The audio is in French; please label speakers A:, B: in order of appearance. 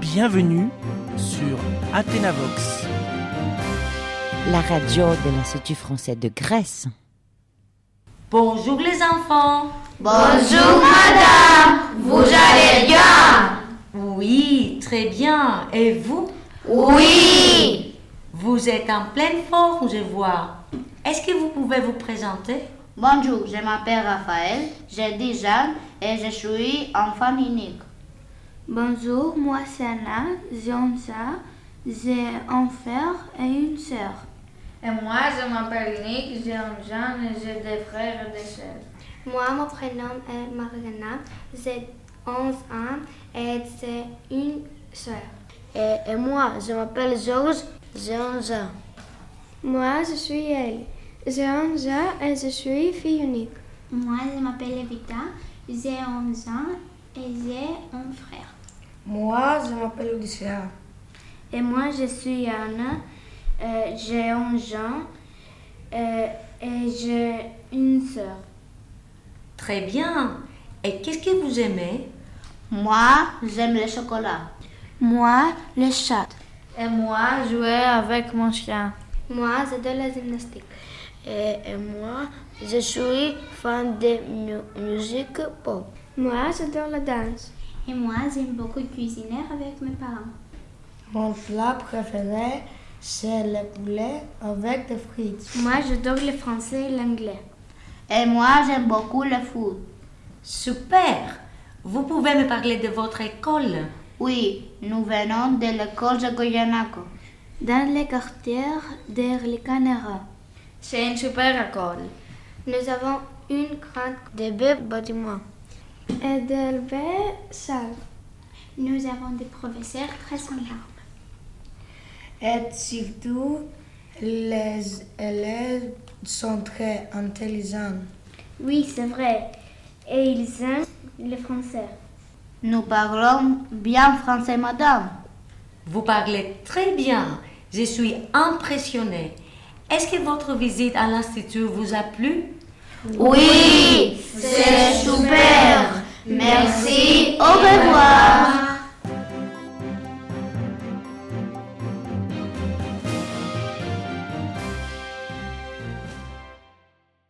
A: bienvenue sur Athénavox.
B: La radio de l'Institut français de Grèce.
C: Bonjour les enfants.
D: Bonjour madame, vous allez bien
C: Oui, très bien. Et vous
D: Oui
C: Vous êtes en pleine forme, je vois. Est-ce que vous pouvez vous présenter
E: Bonjour, je m'appelle Raphaël, j'ai 10 ans et je suis enfant unique.
F: Bonjour, moi c'est Anna, j'ai 11 ans, j'ai un frère et une sœur.
G: Et moi je m'appelle Nick, j'ai un jeune et j'ai des frères et des sœurs.
H: Moi, mon prénom est Mariana, j'ai 11 ans et j'ai une sœur.
I: Et, et, moi, je m'appelle Georges, j'ai 11 ans.
J: Moi, je suis elle. J'ai 11 ans et je suis fille unique.
K: Moi, je m'appelle Evita, j'ai 11 ans et j'ai un frère.
L: Moi, je m'appelle Lucia.
M: Et moi, je suis Anna, euh, j'ai 11 ans euh, et j'ai une sœur.
C: Très bien. Et qu'est-ce que vous aimez
E: Moi, j'aime le chocolat.
F: Moi, le chat.
G: Et moi, jouer avec mon chien.
H: Moi, j'adore la gymnastique.
I: Et, et, moi, je suis fan de mu musique pop.
J: Moi, j'adore la danse.
K: Et moi, j'aime beaucoup cuisiner avec mes parents.
L: Mon plat préféré, c'est le poulet avec des frites.
J: Moi, j'adore le français et l'anglais.
E: Et moi, j'aime beaucoup le foot.
C: Super! Vous pouvez me parler de votre école?
E: Oui, nous venons de l'école de Goyanako.
F: Dans les quartiers derrière les Canara.
G: C'est une super école.
H: Nous avons une grande
I: de beaux bâtiments
J: et de belles salles.
K: Nous avons des professeurs très semblables.
L: Et surtout, les élèves sont très intelligents.
J: Oui, c'est vrai. Et ils aiment le français.
E: Nous parlons bien français, madame.
C: Vous parlez très bien. Je suis impressionnée. Est-ce que votre visite à l'Institut vous a plu?
D: Oui, c'est super. Merci. Au revoir.